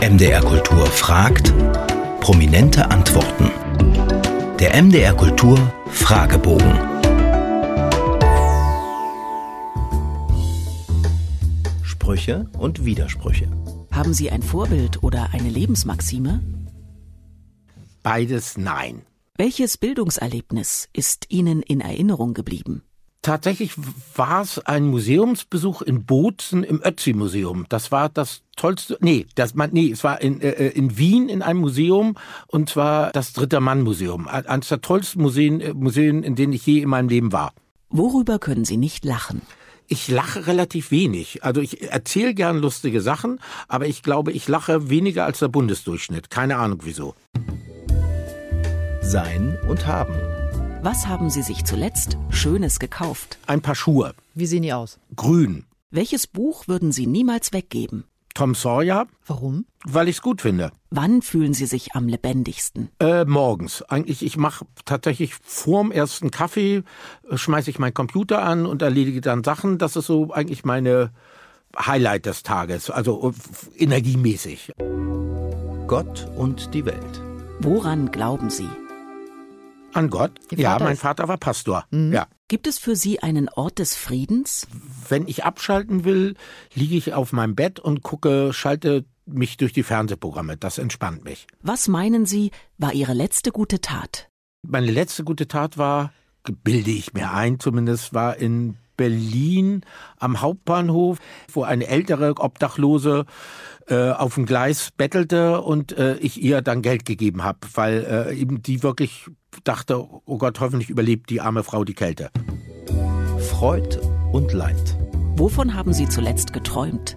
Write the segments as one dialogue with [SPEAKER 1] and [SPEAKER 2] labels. [SPEAKER 1] MDR Kultur fragt, prominente Antworten. Der MDR Kultur Fragebogen. Sprüche und Widersprüche.
[SPEAKER 2] Haben Sie ein Vorbild oder eine Lebensmaxime?
[SPEAKER 3] Beides nein.
[SPEAKER 2] Welches Bildungserlebnis ist Ihnen in Erinnerung geblieben?
[SPEAKER 3] Tatsächlich war es ein Museumsbesuch in Bozen im Ötzi-Museum. Das war das tollste. Nee, das man, nee, es war in, äh, in Wien in einem Museum und zwar das Dritter Mann-Museum. Eines der tollsten Museen, äh, Museen, in denen ich je in meinem Leben war.
[SPEAKER 2] Worüber können Sie nicht lachen?
[SPEAKER 3] ich lache relativ wenig. Also ich erzähle gern lustige Sachen, aber ich glaube, ich lache weniger als der Bundesdurchschnitt. Keine Ahnung wieso.
[SPEAKER 1] Sein und haben.
[SPEAKER 2] Was haben Sie sich zuletzt Schönes gekauft?
[SPEAKER 3] Ein paar Schuhe.
[SPEAKER 4] Wie sehen die aus?
[SPEAKER 3] Grün.
[SPEAKER 2] Welches Buch würden Sie niemals weggeben?
[SPEAKER 3] Tom Sawyer,
[SPEAKER 4] Warum?
[SPEAKER 3] weil ich es gut finde.
[SPEAKER 2] Wann fühlen Sie sich am lebendigsten?
[SPEAKER 3] Äh, morgens. Eigentlich, ich mache tatsächlich vorm ersten Kaffee, äh, schmeiße ich meinen Computer an und erledige dann Sachen. Das ist so eigentlich meine Highlight des Tages, also äh, f- energiemäßig.
[SPEAKER 1] Gott und die Welt.
[SPEAKER 2] Woran glauben Sie?
[SPEAKER 3] An Gott.
[SPEAKER 4] Ihr
[SPEAKER 3] Ja,
[SPEAKER 4] Vater
[SPEAKER 3] mein
[SPEAKER 4] ist- Mhm.
[SPEAKER 3] Vater war Pastor. Ja.
[SPEAKER 2] Gibt es für Sie einen Ort des Friedens?
[SPEAKER 3] wenn ich abschalten will, liege ich auf meinem Bett und gucke, schalte mich durch die Fernsehprogramme. Das entspannt mich.
[SPEAKER 2] Was meinen Sie, war Ihre letzte gute Tat?
[SPEAKER 3] Meine letzte gute Tat war, bilde ich mir ein zumindest, war in Berlin am Hauptbahnhof, wo eine ältere Obdachlose äh, auf dem Gleis bettelte und äh, ich ihr dann Geld gegeben habe, weil äh, eben die wirklich dachte, oh Gott, hoffentlich überlebt die arme Frau die Kälte.
[SPEAKER 1] Freud und Leid.
[SPEAKER 2] Wovon haben Sie zuletzt geträumt?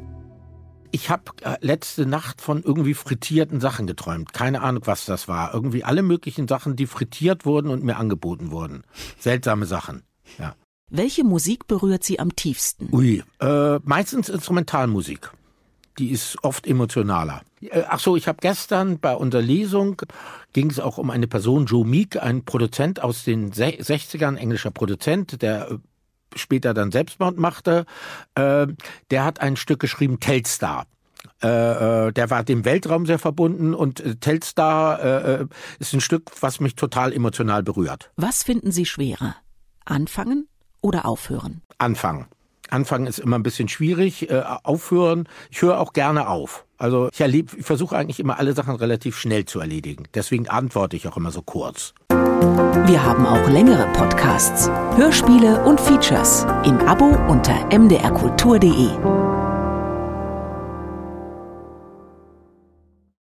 [SPEAKER 3] Ich habe äh, letzte Nacht von irgendwie frittierten Sachen geträumt. Keine Ahnung, was das war. Irgendwie alle möglichen Sachen, die frittiert wurden und mir angeboten wurden. Seltsame Sachen. Ja.
[SPEAKER 2] Welche Musik berührt Sie am tiefsten?
[SPEAKER 3] Ui. Äh, meistens Instrumentalmusik. Die ist oft emotionaler. Äh, ach so, ich habe gestern bei unserer Lesung ging es auch um eine Person, Joe Meek, ein Produzent aus den Se 60ern, englischer Produzent, der äh, später dann Selbstmord machte. Äh, der hat ein Stück geschrieben, Telstar. Äh, äh, der war dem Weltraum sehr verbunden und äh, Telstar äh, äh, ist ein Stück, was mich total emotional berührt.
[SPEAKER 2] Was finden Sie schwerer? Anfangen oder aufhören?
[SPEAKER 3] Anfangen. Anfangen ist immer ein bisschen schwierig. Äh, aufhören. Ich höre auch gerne auf. Also ich, erleb- ich versuche eigentlich immer alle Sachen relativ schnell zu erledigen. Deswegen antworte ich auch immer so kurz.
[SPEAKER 2] Wir haben auch längere Podcasts, Hörspiele und Features im Abo unter mdrkultur.de.